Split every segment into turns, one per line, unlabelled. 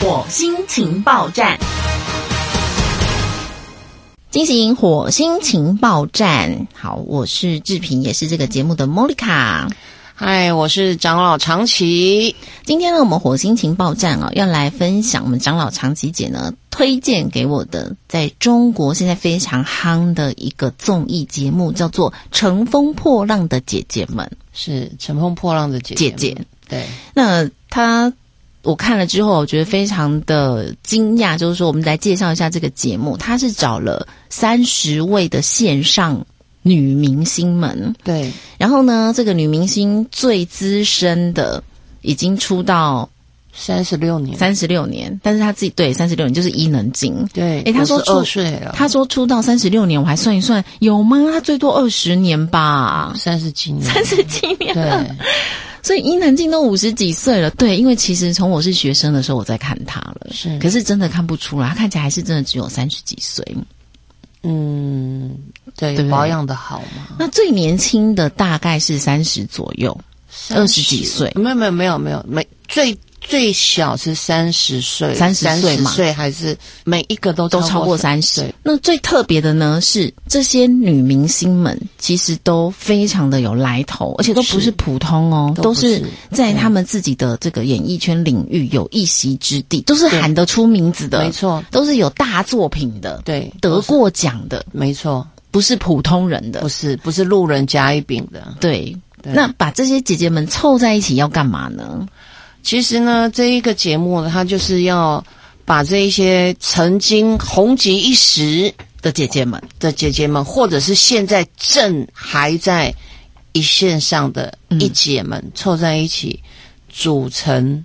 火星情报站。
进行火星情报站。好，我是志平，也是这个节目的 Monica。
嗨，我是长老长崎。
今天呢，我们火星情报站啊、哦，要来分享我们长老长崎姐呢推荐给我的，在中国现在非常夯的一个综艺节目，叫做《乘风破浪的姐姐们》。
是乘风破浪的姐
姐
姐
姐，
对，
那她我看了之后，我觉得非常的惊讶，就是说，我们来介绍一下这个节目，它是找了三十位的线上女明星们，
对，
然后呢，这个女明星最资深的已经出道
三十六年，
三十六年，但是她自己对三十六年就是伊能静。
对，
诶他说出
二岁了，
她说出道三十六年，我还算一算，有吗？她最多二十年吧，
三十几年，
三十七年了。
对，
所以伊能静都五十几岁了，对，因为其实从我是学生的时候我在看她了，
是
可是真的看不出来，她看起来还是真的只有三十几岁。
嗯，对
对不，对
保养的好嘛，
那最年轻的大概是三十左右，二十几岁
没有没有没有没有没最。最小是三十岁，
30岁嘛
30岁还是每一个都
都超过三
30
十
岁。
那最特别的呢是，这些女明星们其实都非常的有来头，而且都不是
是
普通哦，
都
都
不是
是在他们自己的这个演艺圈领域有一席之地，都是喊得出名字的
没，错，
都是有大作品的，
对，
得
都是，
过奖的，
没错，
不是普通人
不
的。
是不是路人甲乙丙的。
对，
对
那把这些姐姐们凑在一起要干嘛呢？
其实呢，这一个节目呢，它就是要把这一些曾经红极一时
的姐姐们，
的姐姐们，或者是现在正还在一线上的一姐们，凑在一起组成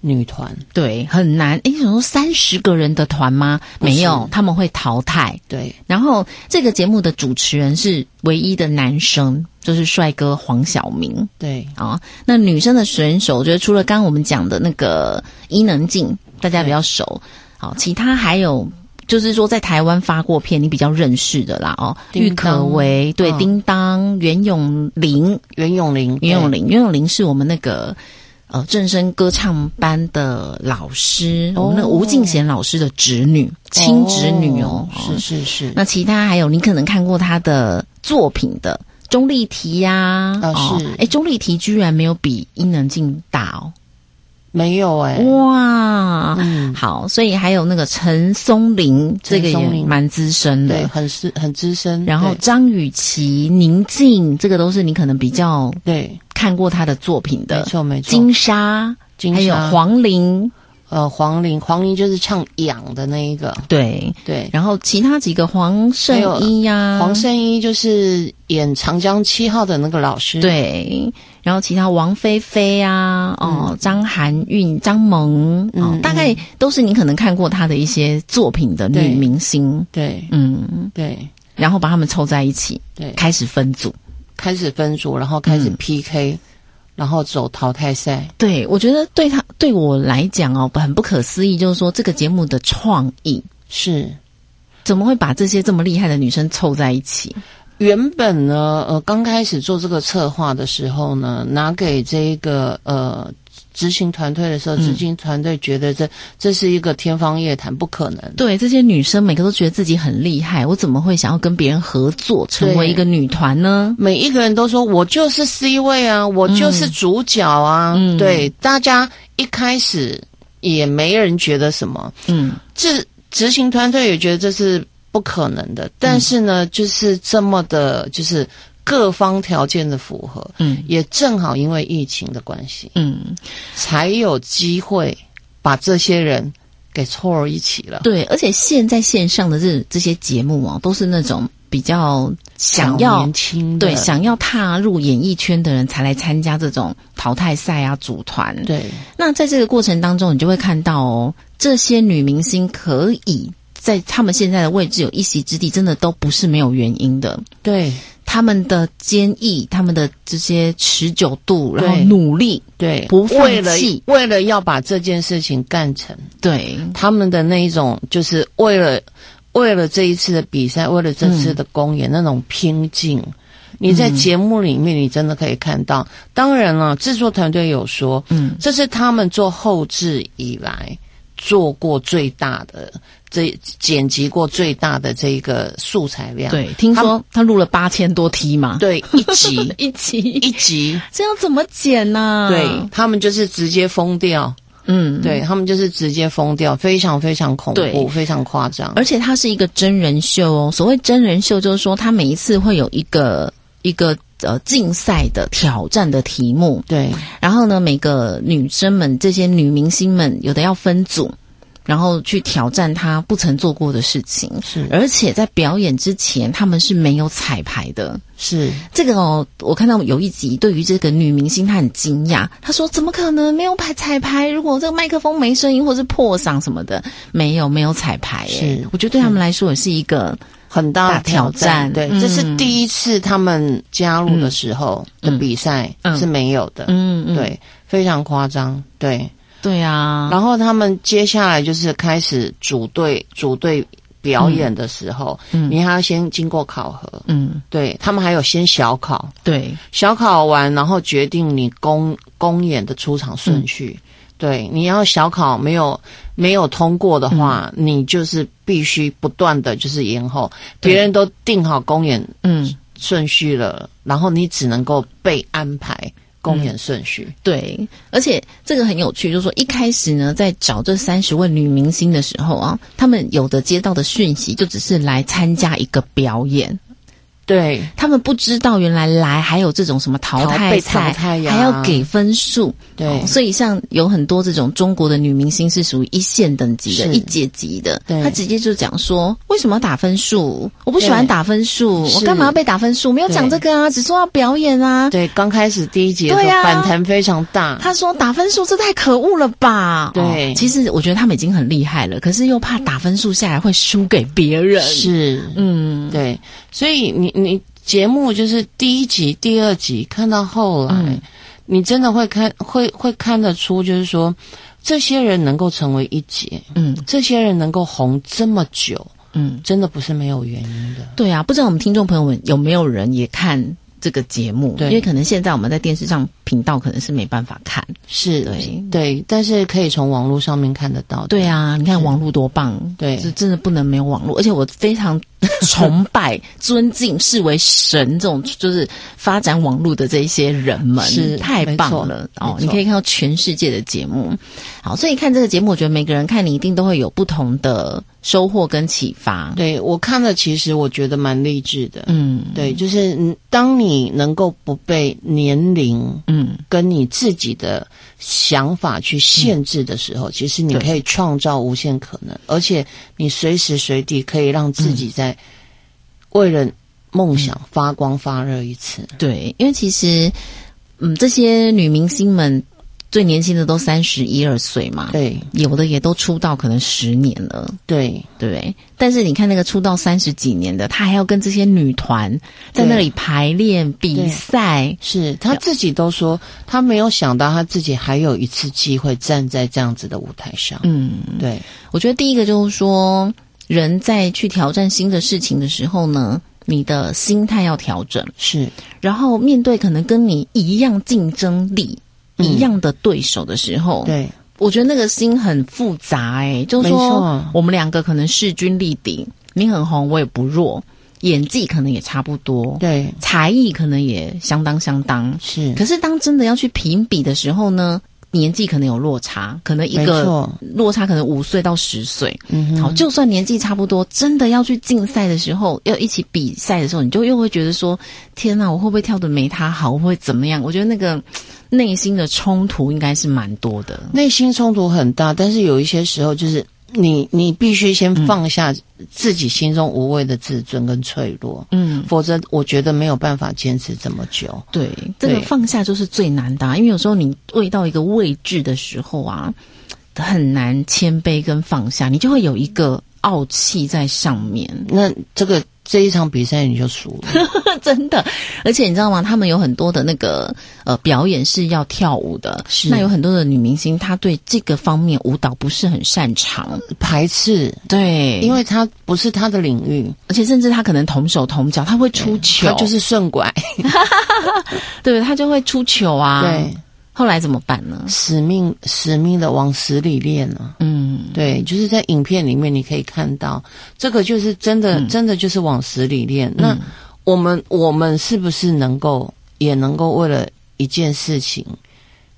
女团。
对，很难。诶，你想说三十个人的团吗？
不是
没有，他们会淘汰。
对，
然后这个节目的主持人是唯一的男生，就是帅哥黄晓明
对，
啊。那女生的选手，我觉得除了刚刚我们讲的那个伊能静，大家比较熟，好，其他还有。就是说，在台湾发过片，你比较认识的啦哦，
叮
郁可
当
唯对，
嗯
叮当、袁咏琳，
袁咏琳，
袁咏
琳，
琳，袁咏琳是我们那个呃正声歌唱班的老师，
哦
我们那个吴敬贤老师的侄女，亲侄女哦。
是是是，
那其他还有你可能看过她的作品的钟丽缇呀，
啊是
哎，钟丽缇居然没有比伊能静大哦，
没有哎、
哇！
嗯，
好，所以还有那个陈松伶，这个
陈
也
松伶
蛮资深
对，
的。
很资很资深，
然后张雨绮、宁静，这个都是你可能比较
对，
看过她的作品
对没
的。
错没错，
金莎，
金
还有
莎
黄龄，
呃黄龄，黄龄就是唱痒的那一个，
对，
对，
然后其他几个黄圣依呀、
黄圣依就是演《长江七号》的那个老师，，
对，然后其他王菲菲啊，哦，张含韵、张萌，哦，
嗯
大概都是你可能看过她的一些作品的女
对
明星，
对，
嗯，
对，
然后把她们凑在一起，
对，
开始分组。
开始分组，然后开始
嗯
PK，、然后走淘汰赛，
对，我觉得对她对我来讲哦，很不可思议，就是说这个节目的创意。
是。
怎么会把这些这么厉害的女生凑在一起？
原本呢，呃，刚开始做这个策划的时候呢，拿给这一个呃执行团队的时候，
嗯
执行团队觉得这、这是一个天方夜谭，不可能。
对，这些女生每个都觉得自己很厉害，我怎么会想要跟别人合作，成为一个女团呢？
每一个人都说我就是 C 位啊，我就是主角啊，
嗯
对，大家一开始也没人觉得什么，
嗯，
这执行团队也觉得这是不可能
嗯
的，但是呢，就是这么的，就是各方条件的符合，
嗯
也正好因为疫情的关系，
嗯，
才有机会把这些人给凑到一起了。
对，而且现在线上的这这些节目哦，都是那种比较想
小
要
年轻的，
对想要踏入演艺圈的人才来参加这种淘汰赛啊、组团。
对
那在这个过程当中，你就会看到哦，这些女明星可以在她们现在的位置有一席之地，真的都不是没有原因的。
对
他们的坚毅，他们的这些持久度，
对
然后努力，
对，
不放
为了
弃
为了要把这件事情干成，
对，
他们的那一种就是为了为了这一次的比赛，为了这次的公演、那种拼劲，你在节目里面你真的可以看到。当然了，制作团队有说，
嗯
这是他们做后置以来做过最大的这剪辑过最大的这一个素材量。
对，听
他
说他录了八千多题嘛，
对，一 集
一集，
一集，
这要怎么剪啊呢、
对，他们就是直接疯掉，
嗯，
对他们就是直接疯掉，非常非常恐
对
怖，非常夸张。
而且它是一个真人秀哦。所谓真人秀，就是说它每一次会有一个一个呃竞赛的挑战的题目，
对，
然后呢，每个女生们这些女明星们有的要分组，然后去挑战她不曾做过的事情。
是
而且在表演之前，他们是没有彩排的。
是，
这个哦，我看到有一集，对于这个女明星，她很惊讶，她说：“怎么可能没有排彩排？如果这个麦克风没声音，或是破嗓什么的，没有没有彩排。”
是
我觉得对他们来说也是一个
很大
大
的
挑
挑
战
战，对，
嗯
这是第一次他们加入的时候的比赛
嗯嗯
是没有的，
嗯嗯，
对，非常夸张，对。
对啊，
然后他们接下来就是开始组队组队表演的时候，
嗯
你还要先经过考核，
嗯
对他们还有先小考，
对
小考完然后决定你公公演的出场顺
嗯
序。对，你要小考没有没有通过的话，
嗯
你就是必须不断的就是延后，
对
别人都定好公演
嗯
顺序了，然后你只能够被安排公演顺序。
嗯对，而且这个很有趣，就是说一开始呢，在找这三十位女明星的时候啊，他们有的接到的讯息就只是来参加一个表演，
对
他们不知道原来来还有这种什么淘
淘
汰
被
赛，
淘汰呀
还要给分数。
对、
哦所以像有很多这种中国的女明星是属于一线等级的、
是
一阶级的，
对
她直接就讲说为什么要打分数？我不喜欢
对
打分数，我
是
干嘛要被打分数？没有讲这个啊，只说要表演啊。
对，刚开始第一集的时
对啊
候反弹非常大。
他说打分数这太可恶了吧？
对
哦其实我觉得他们已经很厉害了，可是又怕打分数下来会输给别人。，
是，
嗯，
对，所以你你节目就是第一集、第二集看到后来，
嗯
你真的会看会会看得出，就是说这些人能够成为一姐，
嗯
这些人能够红这么久，
嗯，
真的不是没有原因的。
对啊，不知道我们听众朋友们有没有人也看这个节目？
对
因为可能现在我们在电视上频道可能是没办法看。
是
对
对，但是可以从网络上面看得到的。
对啊，你看网络多棒，
对
这真的不能没有网络。而且我非常崇拜、尊敬、视为神这种，就是发展网络的这些人们，
是
太棒了
没错
哦！
没错
你可以看到全世界的节目，好，所以看这个节目，我觉得每个人看你一定都会有不同的收获跟启发。
对我看了，其实我觉得蛮励志的。
嗯，
对，就是嗯当你能够不被年龄
嗯，
跟你自己的想法去限制的
嗯
时候，其实你
对
可以创造无限可能，而且你随时随地可以让自己在为了梦想发光发热一次。
对，因为其实，嗯，这些女明星们最年轻的都三十一二岁嘛，
对
有的也都出道可能十年了。
对
对不对？但是你看那个出道三十几年的，他还要跟这些女团在那里排练比赛，
是他自己都说，他没有想到他自己还有一次机会站在这样子的舞台上。
嗯，
对，
我觉得第一个就是说，人在去挑战新的事情的时候呢，你的心态要调整，
是
然后面对可能跟你一样竞争力。
嗯
一样的对手的时候，
对，
我觉得那个心很复杂哎、就是
没
说
错
我们两个可能势均力敌，你很红，我也不弱，演技可能也差不多，
对，
才艺可能也相当相当。
是
可是当真的要去评比的时候呢，年纪可能有落差，可能一
没
个
错。
落差可能五岁到十岁。
嗯哼，
好，就算年纪差不多，真的要去竞赛的时候，要一起比赛的时候，你就又会觉得说：天呐，我会不会跳的没他好？我会不会怎么样？我觉得那个内心的冲突应该是蛮多的。
内心冲突很大，但是有一些时候就是你你必须先放下自己心中无谓的自尊跟脆弱，
嗯，
否则我觉得没有办法坚持这么久。
对，这个
对
放下就是最难的啊、因为有时候你喂到一个位置的时候啊，很难谦卑跟放下，你就会有一个傲气在上面，
那这个这一场比赛你就输了，
真的。而且你知道吗？他们有很多的那个呃表演是要跳舞的，
是
那有很多的女明星，她对这个方面舞蹈不是很擅长，
排斥，
对，
因为他不是他的领域，
而且甚至她可能同手同脚，她会出糗，
他就是顺拐，
对，她就会出糗啊。
对，，
后来怎么办呢？
死命死命的往死里练啊。
嗯，嗯，
对，就是在影片里面你可以看到，这个就是真的，真的就是往死里练。那我们我们是不是能够也能够为了一件事情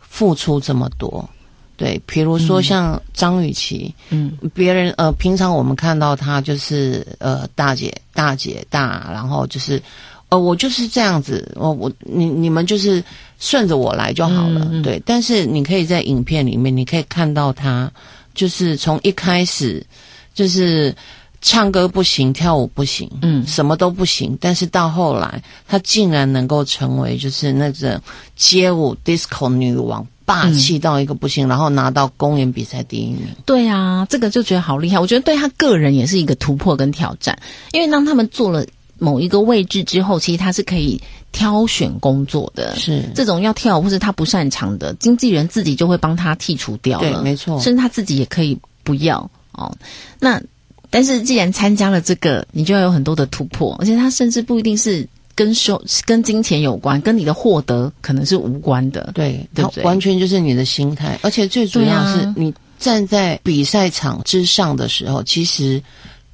付出这么多？对，比如说像张雨绮，
嗯，
别人呃，平常我们看到她就是呃大姐大姐大，然后就是呃我就是这样子，我我你你们就是顺着我来就好了，对。但是你可以在影片里面，你可以看到她就是从一开始就是唱歌不行，跳舞不行，
嗯
什么都不行，但是到后来她竟然能够成为就是那种街舞 disco 女王。霸气到一个不行，然后拿到公演比赛第一名。
对啊，这个就觉得好厉害。我觉得对他个人也是一个突破跟挑战，因为当他们做了某一个位置之后，其实他是可以挑选工作的。
是
这种要跳舞或是他不擅长的，经纪人自己就会帮他剔除掉了。
对没错
甚至他自己也可以不要哦。那但是既然参加了这个，你就要有很多的突破，而且他甚至不一定是跟收跟金钱有关，跟你的获得可能是无关的。
对，
对
它
不对
完全就是你的心态，而且最主
对
要
啊
是你站在比赛场之上的时候，其实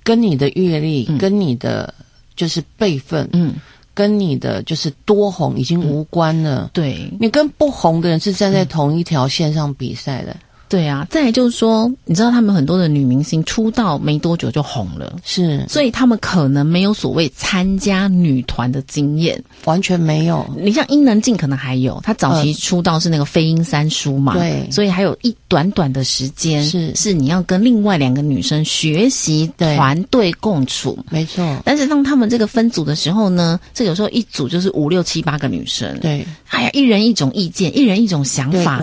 跟你的阅历、跟你的就是辈分、
嗯，
跟你的就是多红已经无关了。
对，
你跟不红的人是站在同一条线上比赛的，
对啊，再来就是说，你知道他们很多的女明星出道没多久就红了，
是
所以他们可能没有所谓参加女团的经验。
完全没有。
你像伊能静可能还有，她早期出道是那个飞鹰三叔嘛，
呃对
所以还有一短短的时间
是
是你要跟另外两个女生学习
对
团队共处。
没错，
但是当他们这个分组的时候呢，这有时候一组就是五六七八个女生，
对，
哎呀，一人一种意见，一人一种想
对
法。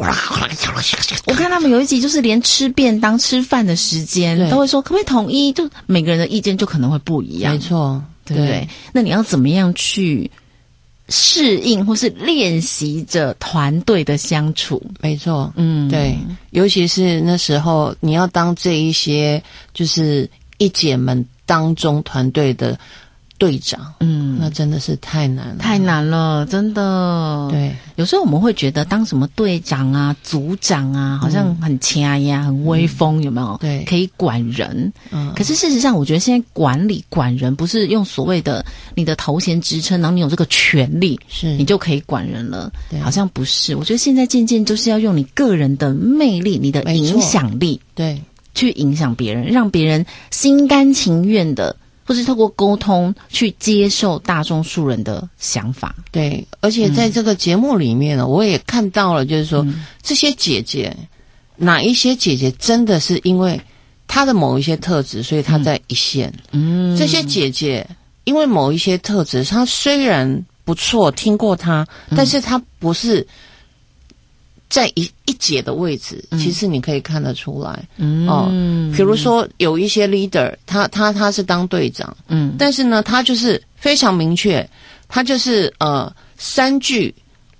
我看他们有一集就是连吃便当、吃饭的时间
对
都会说，可不可以统一？就每个人的意见就可能会不一样
没，错，
对不对？那你要怎么样去适应或是练习着团队的相处？
没错，
嗯，
对，尤其是那时候你要当这一些就是一姐们当中团队的队长，
嗯，
那真的是太难了。
太难了，真的。，
对，
有时候我们会觉得当什么队长啊、组长啊，好像很掐呀、很威风，有没有？
对
可以管人。
嗯，
可是事实上，我觉得现在管理管人不是用所谓的你的头衔职称，然后你有这个权利，
是
你就可以管人了
对。
好像不是，我觉得现在渐渐就是要用你个人的魅力、你的
没错
影响力
对
去影响别人，让别人心甘情愿的，或是透过沟通去接受大众素人的想法。
对，而且在这个节目里面呢，我也看到了，就是说、
嗯
这些姐姐，哪一些姐姐真的是因为她的某一些特质，所以她在一线。
嗯，
这些姐姐因为某一些特质，她虽然不错，听过她，
嗯
但是她不是在一一姐的位置，其实你可以看得出来。
嗯
哦比如说有一些 leader，他他他是当队长，
嗯，
但是呢，他就是非常明确，他就是呃三句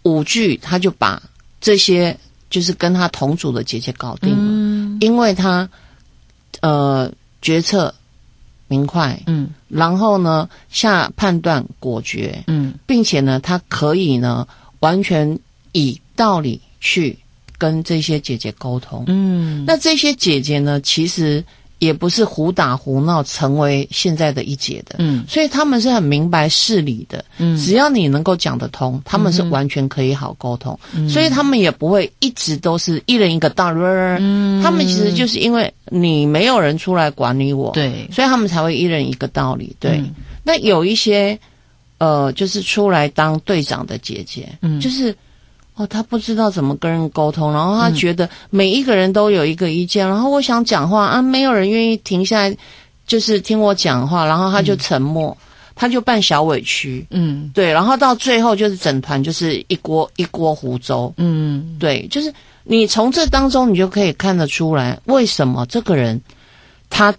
五句，他就把这些就是跟他同组的姐姐搞定了，
嗯
因为他呃决策明快，
嗯
然后呢下判断果决，
嗯
并且呢，他可以呢完全以道理去跟这些姐姐沟通。
嗯，
那这些姐姐呢，其实也不是胡打胡闹成为现在的一姐的，
嗯
所以他们是很明白事理的。
嗯
只要你能够讲得通，他们是完全可以好沟通，
嗯
所以他们也不会一直都是一人一个大人儿。
嗯
他们其实就是因为你没有人出来管理我，
对，
所以他们才会一人一个道理。对，
嗯
那有一些呃，就是出来当队长的姐姐，
嗯
就是哦，她不知道怎么跟人沟通，然后她觉得每一个人都有一个意见，然后我想讲话啊，没有人愿意停下来，就是听我讲话，然后她就沉默，她就扮小委屈。
嗯
对，然后到最后就是整团就是一锅一锅糊粥，
嗯
对，就是你从这当中，你就可以看得出来，为什么这个人他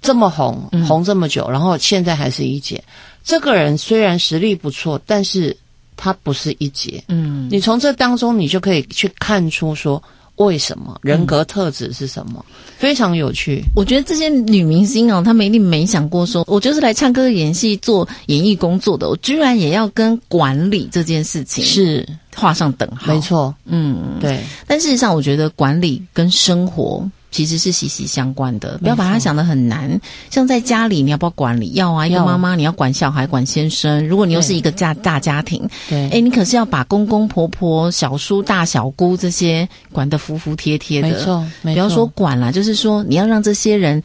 这么红，
嗯
红这么久，然后现在还是一姐。这个人虽然实力不错，但是他不是一姐。
嗯
你从这当中，你就可以去看出说为什么
嗯
人格特质是什么，非常有趣。
我觉得这些女明星哦，她们一定没想过说，我就是来唱歌、演戏、做演艺工作的，我居然也要跟管理这件事情
是，
画上等号。
没，错，
嗯。
对，
但事实上，我觉得管理跟生活其实是息息相关的。不要把它想得很难，像在家里你要不要管理？要啊，一个
要
妈妈你要管小孩、管先生。如果你又是一个家大家庭，
对，
哎，你可是要把公公婆婆、小叔大小姑这些管得服服帖帖的。
没错，没错，
不要说管啦，就是说你要让这些人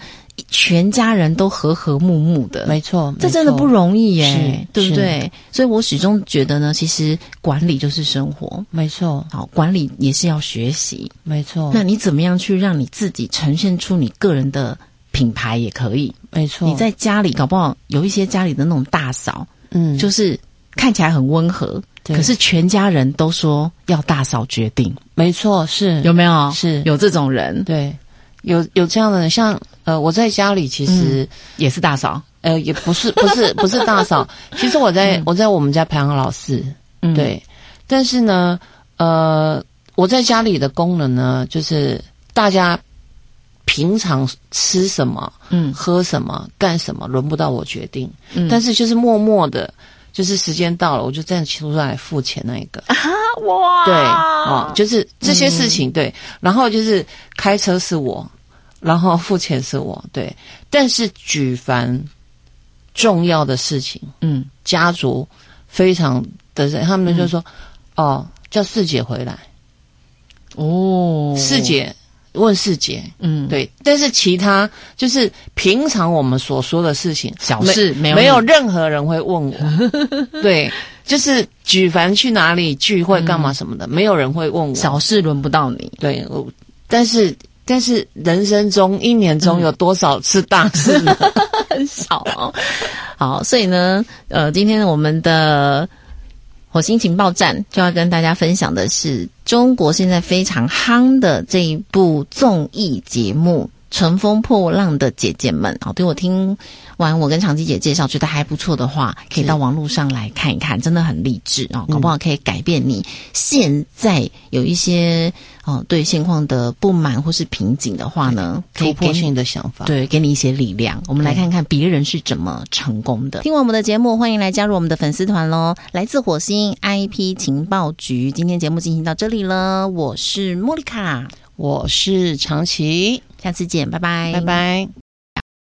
全家人都和和睦睦的。
没错，
这
没
真的
错
不容易耶、
是
对不
是
对？所以我始终觉得呢，其实管理就是生活，
没错，
好，管理也是要学习。
没错，
那你怎么样去让你自己呈现出你个人的品牌也可以？
没错，
你在家里搞不好有一些家里的那种大嫂，
嗯，
就是看起来很温和，
对
可是全家人都说要大嫂决定，
没错是
有没有？
是
有这种人
对，有有这样的人，像呃，我在家里其实、
也是大嫂，
呃也不是不是不是 大嫂，其实我在、我在我们家排行老四，
嗯，
对，但是呢，呃，我在家里的功能呢，就是大家平常吃什么、
嗯
喝什么、干什么，轮不到我决定，
嗯
但是就是默默的。就是时间到了，我就站出来付钱那一个。
哇，
对，哦，就是这些事情、对，然后就是开车是我，然后付钱是我，对，但是举凡重要的事情，
嗯
家族非常的人，他们就说，
嗯
哦，叫四姐回来，
哦，
四，姐问四姐，
嗯，
对，但是其他就是平常我们所说的事情，
小事没
没
有
没有
你
任何人会问我， 对，就是举凡去哪里聚
嗯
会干嘛什么的，没有人会问我，
小事轮不到你，
对，我但是但是人生中一年中有多少次大事呢？
很少哦。好， 所以呢，呃，今天我们的火星情报站就要跟大家分享的是中国现在非常夯的这一部综艺节目。乘风破浪的姐姐们哦，对我听完我跟长吉姐介绍，觉得还不错的话，可以到网络上来看一看，真的很励志哦，搞不好可以改变你现在有一些哦对现况的不满或是瓶颈的话呢，可
突
以给
破
你
性的想法，
对，给你一些力量。我们来看看别人是怎么成功的。听完我们的节目，欢迎来加入我们的粉丝团喽！来自火星 IP 情报局，今天节目进行到这里了，我是莫妮卡，
我是长琪，
下次见，拜拜，
拜拜。